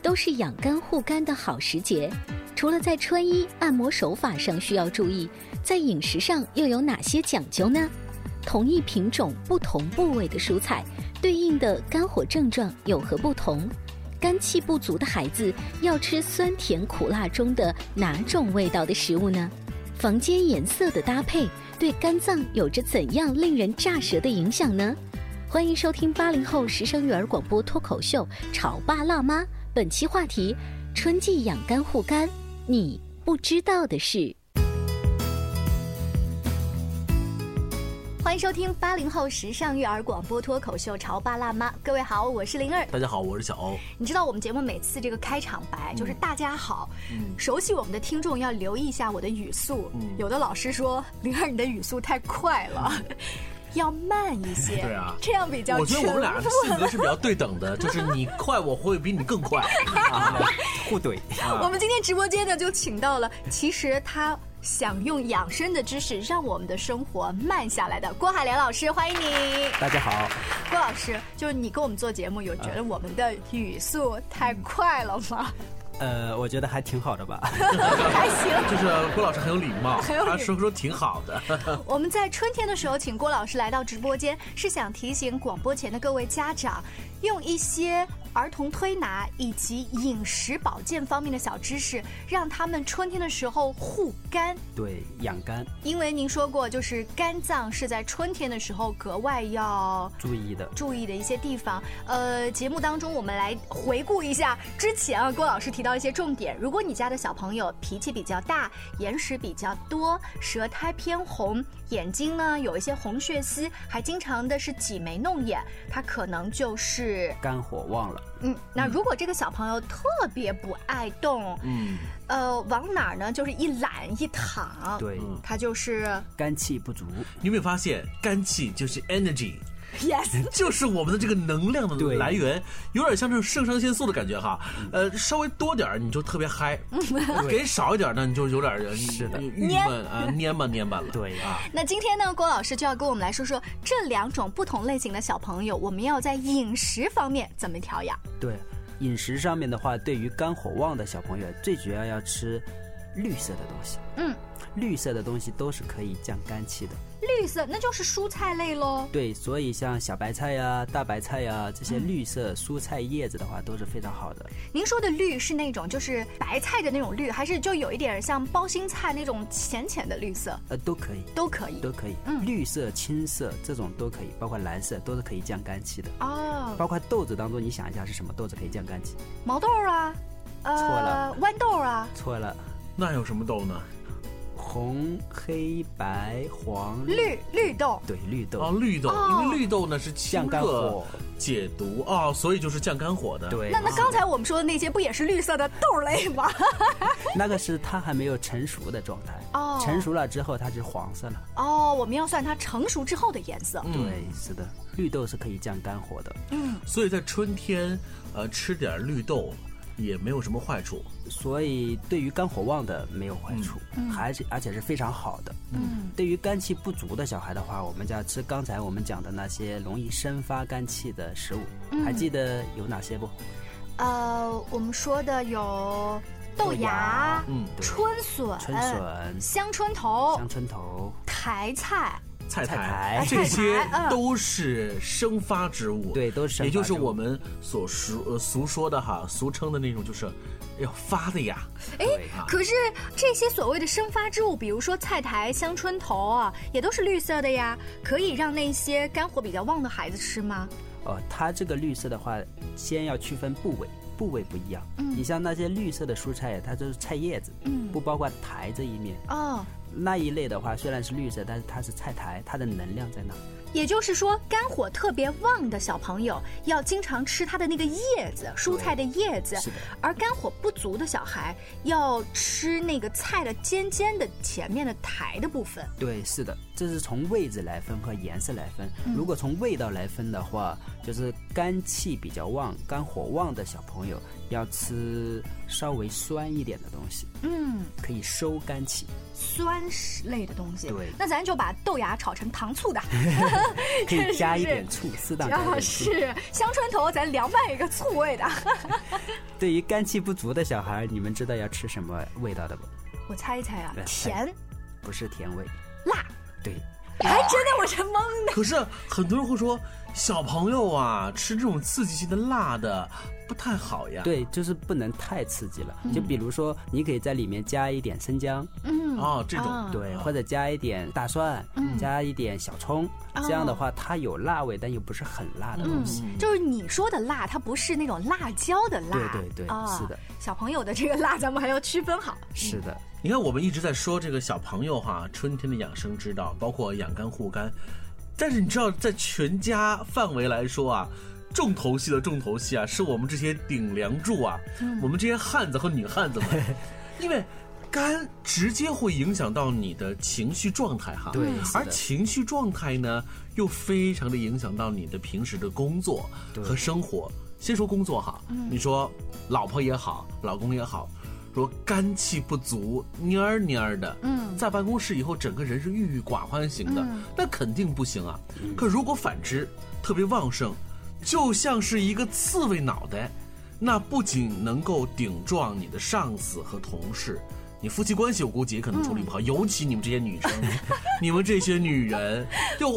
都是养肝护肝的好时节。除了在穿衣、按摩手法上需要注意，在饮食上又有哪些讲究呢？同一品种、不同部位的蔬菜，对应的肝火症状有何不同？肝气不足的孩子要吃酸甜苦辣中的哪种味道的食物呢？房间颜色的搭配对肝脏有着怎样令人炸舌的影响呢？欢迎收听八零后时尚育儿广播脱口秀《潮爸辣妈》，本期话题：春季养肝护肝，你不知道的事。欢迎收听八零后时尚育儿广播脱口秀《潮爸辣妈》，各位好，我是灵儿。大家好，我是小欧。你知道我们节目每次这个开场白就是“大家好”，嗯熟悉我们的听众要留意一下我的语速。有的老师说：“灵儿，你的语速太快了， 要慢一些。”对啊这样比较我沉觉得我们稳。俩的性格是比较对等的，就是你快，我会比你更 快。啊互怼。 我们今天直播间呢就请到了，其实他想用养生的知识让我们的生活慢下来的郭海莲老师，欢迎你。大家好，郭老师，就是你跟我们做节目，有觉得我们的语速太快了吗？呃，我觉得还挺好的吧。还行。就是郭老师很有礼貌， 很有礼貌他说说挺好的。我们在春天的时候请郭老师来到直播间，是想提醒广播前的各位家长，用一些儿童推拿以及饮食保健方面的小知识，让他们春天的时候护肝。对，养肝因为您说过，就是肝脏是在春天的时候格外要注意的。注意的一些地方。呃，节目当中我们来回顾一下之前啊，郭老师提到一些重点。如果你家的小朋友脾气比较大，眼屎比较多，舌苔偏红，眼睛呢有一些红血丝，还经常的是挤眉弄眼，他可能就是肝火旺了，嗯，那如果这个小朋友特别不爱动，嗯，呃，往哪儿呢？就是一懒一躺，对，他就是肝气不足，你有没有发现肝气就是 energy， yes。就是我们的这个能量的对嗯来源，有点像这种肾上腺素的感觉哈。呃，稍微多点儿你就特别 嗨，给少一点儿呢你就有点儿是的郁闷啊，蔫吧蔫吧了。对啊，那今天呢，郭老师就要跟我们来说说这两种不同类型的小朋友，我们要在饮食方面怎么调养？对。饮食上面的话，对于肝火旺的小朋友，最主要要吃绿色的东西。嗯，绿色的东西都是可以降肝气的。绿色那就是蔬菜类喽。对，所以像小白菜呀、大白菜呀、这些绿色蔬菜叶子的话，都是非常好的。您说的绿是那种就是白菜的那种绿，还是就有一点像包心菜那种浅浅的绿色呃，都可以，都可以？都可以。嗯绿色、青色这种都可以，包括蓝色都是可以降肝气的。哦，包括豆子当中，你想一下是什么豆子可以降肝气？毛豆啊，错呃了，豌豆啊，错了。那有什么豆呢？红、黑、白、黄、绿绿豆。对，绿豆。哦，绿豆，哦因为绿豆呢是清降肝热火、解毒哦，所以就是降肝火的。对，那那刚才我们说的那些不也是绿色的豆类吗？那个是它还没有成熟的状态，哦成熟了之后它是黄色了。 哦，我们要算它成熟之后的颜色。嗯嗯对，是的，绿豆是可以降肝火的，所以在春天，呃，吃点儿绿豆也没有什么坏处。所以对于肝火旺的没有坏处，嗯嗯还是而且是非常好的。嗯，对于肝气不足的小孩的话，我们就要吃刚才我们讲的那些容易生发肝气的嗯食物，还记得有哪些不？呃，我们说的有豆芽、嗯，对春笋、哦春笋香椿头香、椿头，苔菜，菜菜苔苔这些菜苔嗯都是生发植物，对都是生也就发是植物我们所俗呃俗说的哈，俗称的那种就是，哎呦发的呀，啊哎对，可是这些所谓的生发之物，比如说菜苔、香椿头啊，也都是绿色的呀，可以让那些肝火比较旺的孩子吃吗？哦，它这个绿色的话，先要区分部位，部位不一样。嗯你像那些绿色的蔬菜，它就是菜叶子，嗯不包括苔这一面。哦，那一类的话，虽然是绿色，但是它是菜苔，它的能量在那。也就是说，肝火特别旺的小朋友要经常吃它的那个叶子，蔬菜的叶子；是的，而肝火不足的小孩要吃那个菜的尖尖的前面的苔的部分。对，是的，这是从位置来分和颜色来分。嗯如果从味道来分的话，就是肝气比较旺、肝火旺的小朋友要吃稍微酸一点的东西，嗯，可以收 肝气。酸类的东西。对那咱就把豆芽炒成糖醋的， 可以加一是是 点醋，适当加一啊点醋。是香椿头，咱凉拌一个醋味的。 对于肝气不足的小孩，你们知道要吃什么味道的不？我猜一猜啊来，甜不是甜味，辣，对，还哎真的我是懵的。可是很多人会说，小朋友啊吃这种刺激性的辣的不太好呀，对，就是不能太刺激了。就比如说，你可以在里面加一点生姜，嗯，啊这种啊对，或者加一点大蒜，嗯加一点小葱，这样的话哦它有辣味，但又不是很辣嗯的东西。就是你说的辣，它不是那种辣椒的辣。对对对啊是的。小朋友的这个辣，咱们还要区分好。是的，你看，我们一直在说这个小朋友哈，春天的养生之道，包括养肝护肝。但是你知道，在全家范围来说啊，重头戏的重头戏啊，是我们这些顶梁柱啊，嗯我们这些汉子和女汉子们， 因为肝直接会影响到你的情绪状态哈。对是的而情绪状态呢，又非常的影响到你的平时的工作对嗯和生活。先说工作哈，你说老婆也好，老公也好，说肝气不足，蔫儿蔫儿的，嗯在办公室以后整个人是郁郁寡欢型的，那肯定不行啊。可如果反之，特别旺盛，就像是一个刺猬脑袋，那不仅能够顶撞你的上司和同事。你夫妻关系，我估计也可能处理不嗯好，尤其你们这些 女生，你们这些女人，就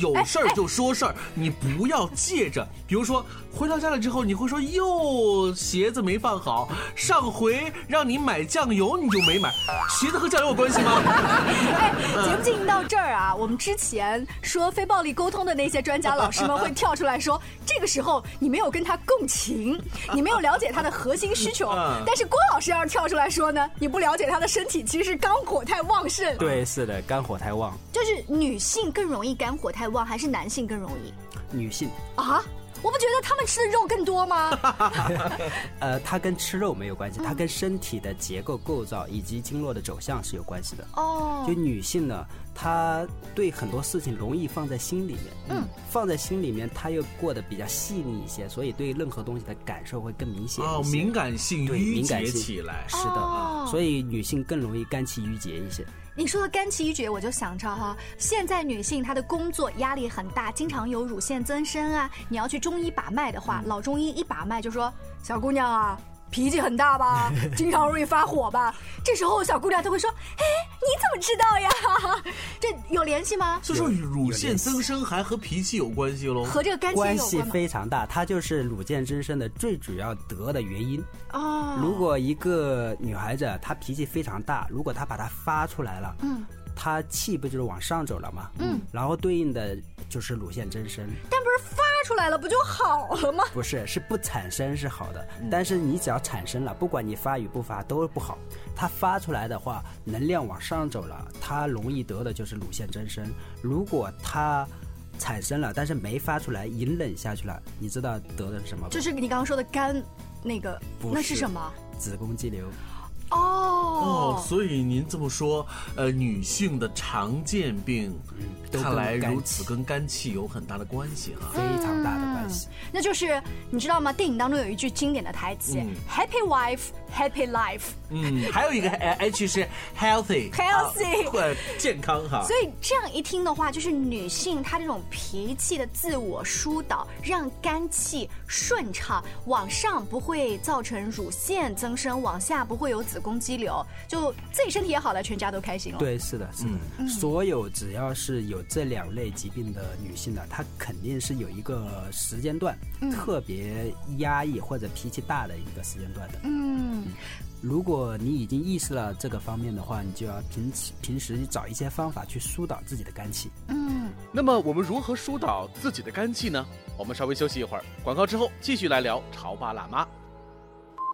有事儿就说事儿，你不要借着，比如说回到家了之后，你会说哟，鞋子没放好，上回让你买酱油你就没买，鞋子和 酱油有关系吗？哎节目进行到这儿啊，我们之前说非暴力沟通的那些专家老师们会跳出来说，这个时候你没有跟他共情，你没有了解他的核心需求嗯。但是郭老师要是跳出来说呢，你不了解他的身体其实是肝火太旺盛。，对，是的，肝火太旺，就是女性更容易肝火太旺，还是男性更容易女性，啊？我不觉得他们吃的肉更多吗？ 呃，它跟吃肉没有关系，嗯它跟身体的结构构造以及经络的走向是有关系的。哦就，女性呢，她对很多事情容易放在心里面，嗯，放在心里面，她又过得比较细腻一些，所以对任何东西的感受会更明显哦一，些敏感性对淤敏感结性起来，是的，哦所以女性更容易肝气郁结一些。你说的肝气郁结，我就想着哈、现在女性她的工作压力很大，经常有乳腺增生啊。你要去中医把脉的话，嗯老中医一把脉就说：“小姑娘啊，脾气很大 吧，经常容易发火吧。”这时候小姑娘都会说：“哎，你怎么知道呀？ 这有联系吗？所以说乳腺点像增生还和脾气有关系喽。和这个肝气关有系关吗非常大，它就是乳腺增生的最主要得的原因。？”哦，如果一个女孩子她脾气非常大，如果她把它发出来了，嗯，她气不就是往上走了吗？嗯，然后对应的就是乳腺增生。但不是发出来了不就好了吗？不是，是不产生是好的，但是你只要产生了，不管你发与不发都不好。它发出来的话，能量往上走了，它容易得的就是乳腺增生。如果它产生了，但是没发出来，隐忍下去了，你知道得的是什么吗？就是你刚刚说的肝，那个不那是是什么？子宫肌瘤。哦哦，所以您这么说，呃，女性的常见病，嗯都看跟来肝如此气跟肝气有很大的关系哈、非常大的关系。那就是你知道吗？电影当中有一句经典的台词、嗯 h a p p y wife, happy life。嗯， 还有一个 H 是 healthy， Healthy 啊呃健康哈。所以这样一听的话，就是女性她这种脾气的自我疏导，让肝气顺畅，往上不会造成乳腺增生，往下不会有子宫肌瘤，就自己身体也好了，全家都开心了。，对，是的，是的，所有只要是有这两类疾病的女性呢，她肯定是有一个时间段、特别压抑或者脾气大的一个时间段的。嗯，如果你已经意识了这个方面的话，你就要平时平时找一些方法去疏导自己的肝嗯气。那么我们如何疏导自己的肝气呢？我们稍微休息一会儿，广告之后继续来聊潮爸辣妈。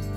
“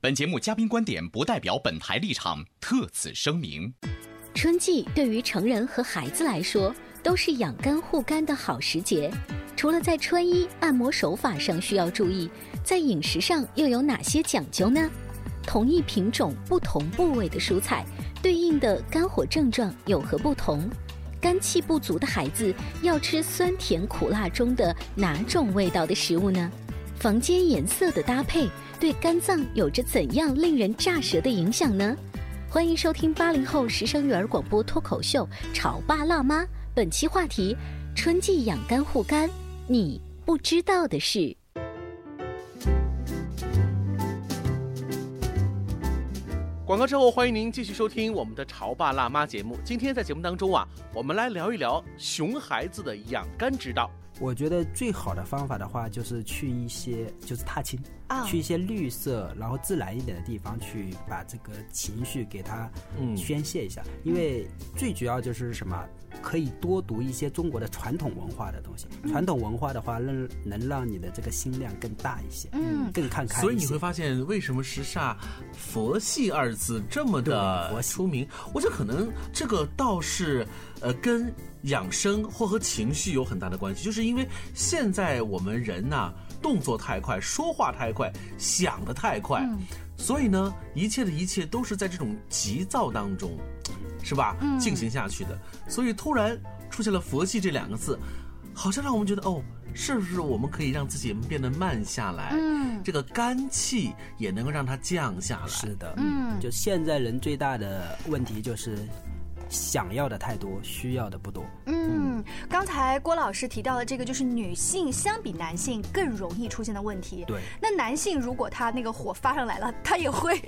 本节目嘉宾观点不代表本台立场，特此声明。春季对于成人和孩子来说都是养肝护肝的好时节。除了在穿衣、按摩手法上需要注意，在饮食上又有哪些讲究呢？同一品种、不同部位的蔬菜，对应的肝火症状有何不同？肝气不足的孩子要吃酸甜苦辣中的哪种味道的食物呢？房间颜色的搭配对肝脏有着怎样令人炸舌的影响呢？欢迎收听八零后时尚育儿广播脱口秀《潮爸辣妈》，本期话题：春季养肝护肝，你不知道的事。广告之后，欢迎您继续收听我们的《潮爸辣妈》节目。今天在节目当中啊，我们来聊一聊熊孩子的养肝之道。我觉得最好的方法的话，就是去一些就是踏青，啊去一些绿色然后自然一点的地方去把这个情绪给它嗯宣泄一下，因为最主要就是什么，可以多读一些中国的传统文化的东西。传统文化的话，能能让你的这个心量更大一些，嗯更看开一些。所以你会发现，为什么时煞“佛系”二字这么对的佛系出名？我觉得可能这个倒是，呃，跟养生或和情绪有很大的关系，就是因为现在我们人呐、动作太快，说话太快，想的太快，嗯所以呢，一切的一切都是在这种急躁当中，是吧？嗯进行下去的。所以突然出现了“佛系”这两个字，好像让我们觉得哦。是不是我们可以让自己变得慢下来？嗯这个肝气也能够让它降下来。是的，嗯就现在人最大的问题就是想要的太多，需要的不多。嗯，刚才郭老师提到的这个，就是女性相比男性更容易出现的问题。 对，那男性如果他那个火发上来了，他也会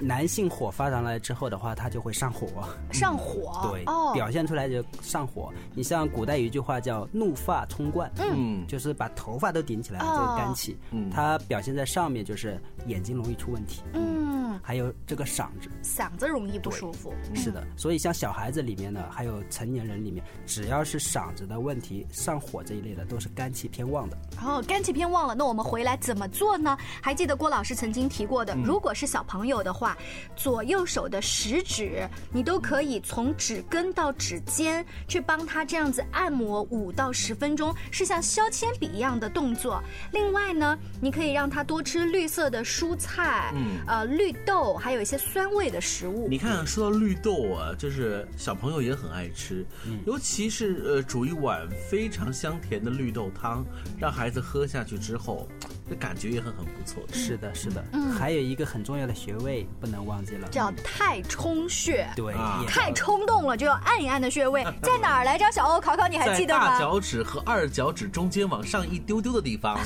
男性火发上来之后的话，他就会上火，上火。嗯对，哦，表现出来就上火。你像古代有一句话叫“怒发冲冠”，嗯就是把头发都顶起来了，哦这个肝气，嗯它表现在上面就是眼睛容易出问题，嗯，还有这个嗓子。嗓子容易不舒服。是的，所以像小孩子里面呢，还有成年人里面，只要是嗓子的问题、上火这一类的，都是肝气偏旺的。然后肝气偏旺了，那我们回来怎么做呢？还记得郭老师曾经提过的，如果是小朋友的话，左右手的食指你都可以从指根到指尖去帮他这样子按摩五到十分钟，是像削铅笔一样的动作。另外呢，你可以让他多吃绿色的蔬菜，嗯呃，绿豆，还有一些酸味的食物。你看，说到绿豆啊，就是小朋友也很爱吃，尤其是呃煮一碗非常香甜的绿豆汤，让孩子喝下去之后，那感觉也很很不错。是的，是的，嗯还有一个很重要的穴位不能忘记了，叫太冲穴，对啊，也太冲动了，就要按一按 的穴位在哪儿来着？小欧考考你还在记得大吗？脚趾和二脚趾中间往上一丢丢的地 方，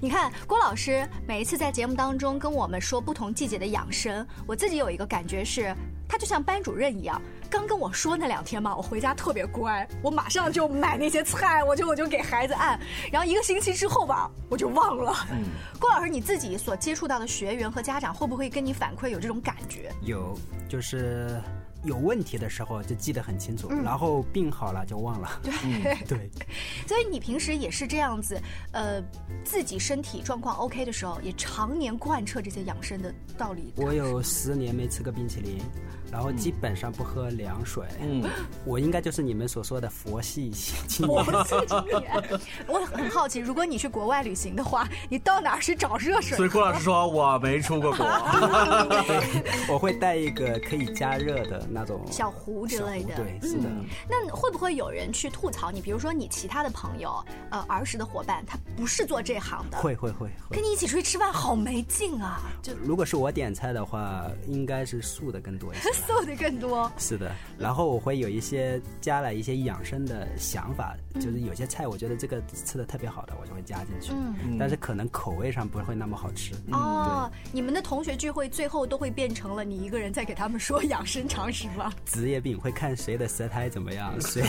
你看郭老师每一次在节目当中跟我们说不同季节的养生，我自己有一个感觉是，他就像班主任一样。刚跟我说那两天嘛，我回家特别乖，我马上就买那些菜，我就我就给孩子按，然后一个星期之后吧，我就忘了。郭老师，你自己所接触到的学员和家长会不会跟你反馈有这种感觉？有就是有问题的时候就记得很清楚，嗯然后病好了就忘了。对、对，所以你平时也是这样子，呃，自己身体状况 OK 的时候，也常年贯彻这些养生的道理。我有十年没吃过冰淇淋，然嗯后基本上不喝凉水。嗯，我应该就是你们所说的佛系 青我年。自己也，我很好奇，如果你去国外旅行的话，你到哪儿是找热水？所以郭老师说我没出过国。我会带一个可以加热的那种小壶之类的，小壶对，是的。嗯那会不会有人去吐槽你？比如说你其他的朋友，呃，儿时的伙伴，他不是做这行的，会会会会。跟你一起出去吃饭，好没劲啊，就如果是我点菜的话，应该是素的更多 一些。瘦的更多。是的，然后我会有一些加了一些养生的想法，嗯就是有些菜我觉得这个吃的特别好的，我就会加进去，嗯但是可能口味上不会那么好吃。哦，你们的同学聚会最后都会变成了你一个人在给他们说养生常识吗？职业病会看谁的舌苔怎么 样，谁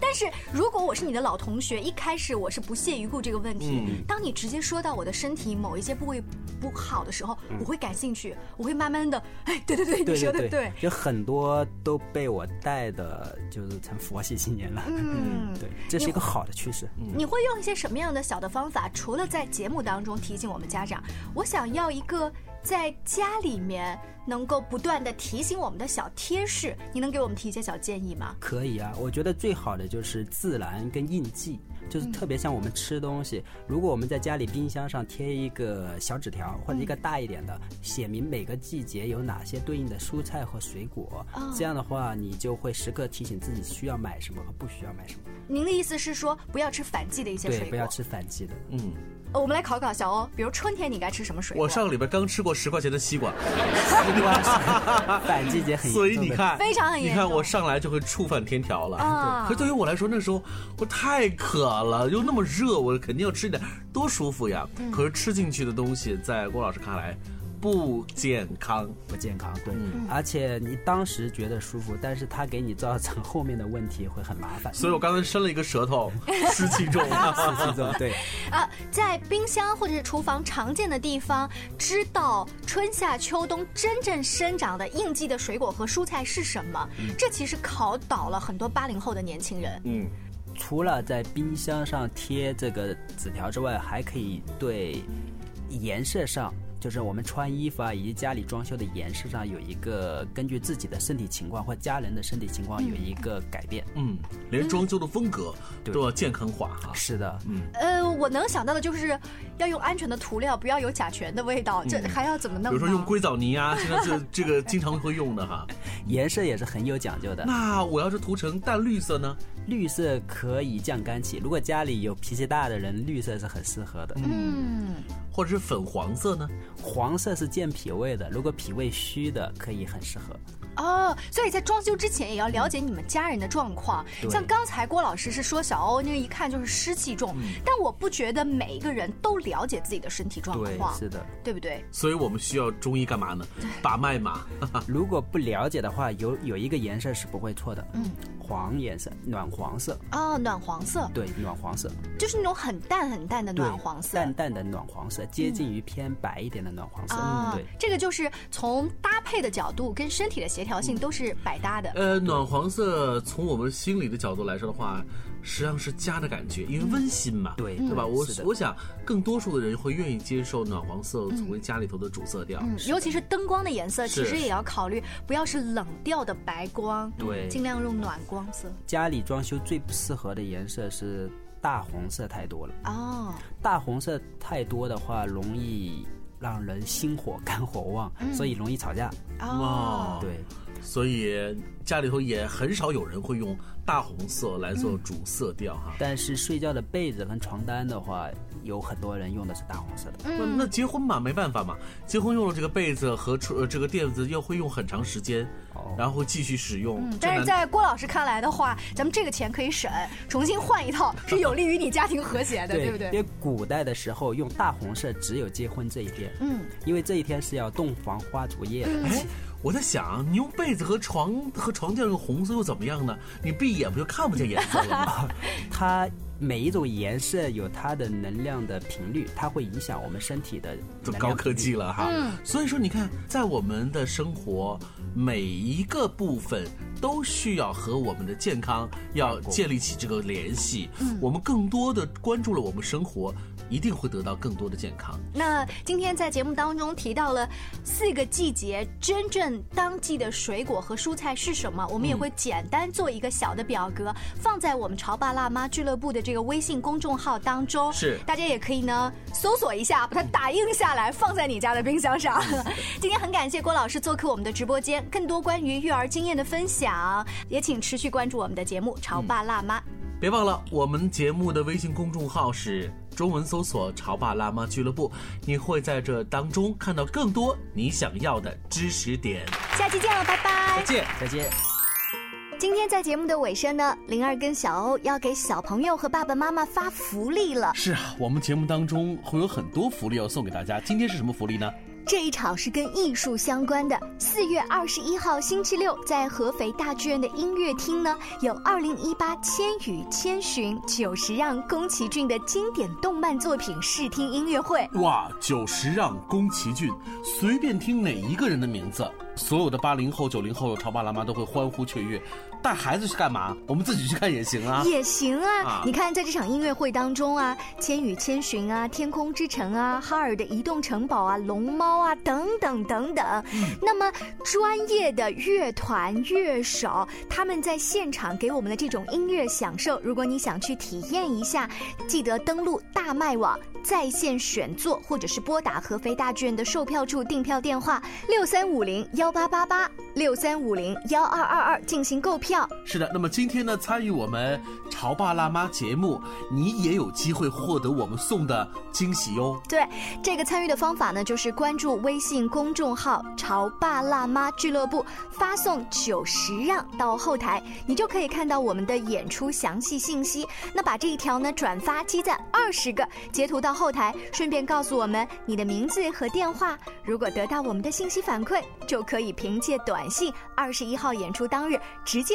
但是如果我是你的老同学，一开始我是不屑一顾这个问题。嗯当你直接说到我的身体某一些部位不好的时候，我会感兴趣，我会慢慢的，哎，对对对，你说的对对。有很多都被我带的，就是成佛系青年了。嗯对，这是一个好的趋势。你会用一些什么样的小的方法？除了在节目当中提醒我们家长，我想要一个在家里面能够不断的提醒我们的小贴士，你能给我们提一些小建议吗？可以啊，我觉得最好的就是自然跟印记，就是嗯特别像我们吃东西，如果我们在家里冰箱上贴一个小纸条或者一个大一点的，写明每个季节有哪些对应的蔬菜和水果，哦这样的话你就会时刻提醒自己需要买什么和不需要买什么，您的意思是说不要吃反季的一些水对，果？不要吃反季的。嗯，呃我们来考考小欧，比如春天你该吃什么水果？我上个礼拜刚吃过十块钱的西 瓜，啊 反季节很严重所的以你看，非常很严你重看我上来就会触犯天条了。啊可对于我来说，那时候我太渴了，又那么热，我肯定要吃一点，多舒服呀！嗯可是吃进去的东西，在郭老师看来不健康，不健康，对嗯而且你当时觉得舒服，但是它给你造成后面的问题会很麻烦。所 以我刚才伸了一个舌头，湿气重， 湿气重，对。啊，在冰箱或者是厨房常见的地方，知道春夏秋冬真正生长的应季的水果和蔬菜是什么，这其实考倒了很多八零后的年轻人。嗯，除了在冰箱上贴这个纸条之外，还可以对颜色上，就是我们穿衣服啊以及家里装修的颜色上有一个根据自己的身体情况或家人的身体情况有一个改变。嗯，连装修的风格都要健康化哈。是的，嗯，呃，我能想到的就是要用安全的涂料，不要有甲醛的味道，这嗯还要怎么比弄呢？如说用硅藻泥啊，现在这这个经常会用的 哈。颜色也是很有讲究的。那我要是涂成淡绿色呢？绿色可以降肝气，如果家里有脾气大的人，绿色是很适合的。嗯，或者是粉黄色呢？黄色是健脾胃的，如果脾胃虚的，可以很适合。哦，所以在装修之前也要了解你们家人的状况。对像刚才郭老师是说小欧那个一看就是湿气重，嗯但我不觉得每一个人都了解自己的身体状对况，，是的。对不对？所以我们需要中医干嘛呢？把脉嘛。如果不了解的话，有有一个颜色是不会错的，嗯，黄颜色，暖黄色，哦，暖黄色，对，暖黄色，就是那种很淡很淡的对暖黄色。淡淡的暖黄色，接近于偏白一点的暖黄色，嗯啊，对，这个就是从搭配的角度跟身体的协调性都是百搭的。呃，暖黄色从我们心理的角度来说的话，实际上是家的感觉，因为温馨嘛，对对吧？嗯我是的我想，更多数的人会愿意接受暖黄色作为家里头的主色调。嗯，尤其是灯光的颜色，其是实也要考虑，不要是冷调的白光，嗯对尽量用暖光色。家里装修最不适合的颜色是大红色，太多了，哦，大红色太多的话，容易让嗯人心火肝火旺，所以容易吵架，哦，对。所以家里头也很少有人会用大红色、蓝色主色调哈。但是睡觉的被子跟床单的话，有很多人用的是大红色的。嗯那那结婚嘛，没办法嘛，结婚用了这个被子和床呃这个垫子，要会用很长时间，然后继续使用。嗯这但是难在郭老师看来的话，咱们这个钱可以省，重新换一套是有利于你家庭和谐的，对不因对为？古代的时候用大红色只有结婚这一天，嗯，因为这一天是要洞房花烛夜的。哎，我在想，你用被子和床和床垫用红色又怎么样呢？你闭眼不就看不见颜色了吗？它每一种颜色有它的能量的频率，它会影响我们身体的就能量高科技频率了哈。所以说，你看，在我们的生活每一个部分都需要和我们的健康要建立起这个联系。嗯我们更多的关注了我们生活，一定会得到更多的健康。那今天在节目当中提到了四个季节真正当季的水果和蔬菜是什么，我们也嗯会简单做一个小的表格，放在我们潮爸辣妈俱乐部的这个微信公众号当中。是大家也可以呢搜索一下，把它打印下来，放在你家的冰箱上。今天很感谢郭老师做客我们的直播间，更多关于育儿经验的分享，也请持续关注我们的节目《潮爸辣妈》。别忘了，我们节目的微信公众号是中文搜索“潮爸辣妈俱乐部”，你会在这当中看到更多你想要的知识点。下期见了，拜拜。再见，再见。今天在节目的尾声呢，灵儿跟小欧要给小朋友和爸爸妈妈发福利了。是啊，我们节目当中会有很多福利要送给大家。今天是什么福利呢？这一场是跟艺术相关的。四月二十一号星期六，在合肥大剧院的音乐厅呢，有二零一八《千与千寻》九十让宫崎骏的经典动漫作品试听音乐会。哇，九十让宫崎骏，随便听哪一个人的名字，所有的八零后、九零后潮爸辣妈都会欢呼雀跃。带孩子去干嘛？我们自己去看也行啊。也行啊！啊你看，在这场音乐会当中啊，《千与千寻》啊，《天空之城》啊，《哈尔的移动城堡》啊，《龙猫》啊，等等等等。嗯那么，专业的乐团乐手他们在现场给我们的这种音乐享受，如果你想去体验一下，记得登录大麦网在线选座，或者是拨打合肥大剧院的售票处订票电话六三五零幺八八八六三五零幺二二二进行购票。是的，那么今天呢，参与我们《潮爸辣妈》节目，你也有机会获得我们送的惊喜哟。对，这个参与的方法呢，就是关注微信公众号“潮爸辣妈俱乐部”，发送“九十让”到后台，你就可以看到我们的演出详细信息。那把这一条呢转发积赞二十个，截图到后台，顺便告诉我们你的名字和电话。如果得到我们的信息反馈，就可以凭借短信二十一号演出当日直接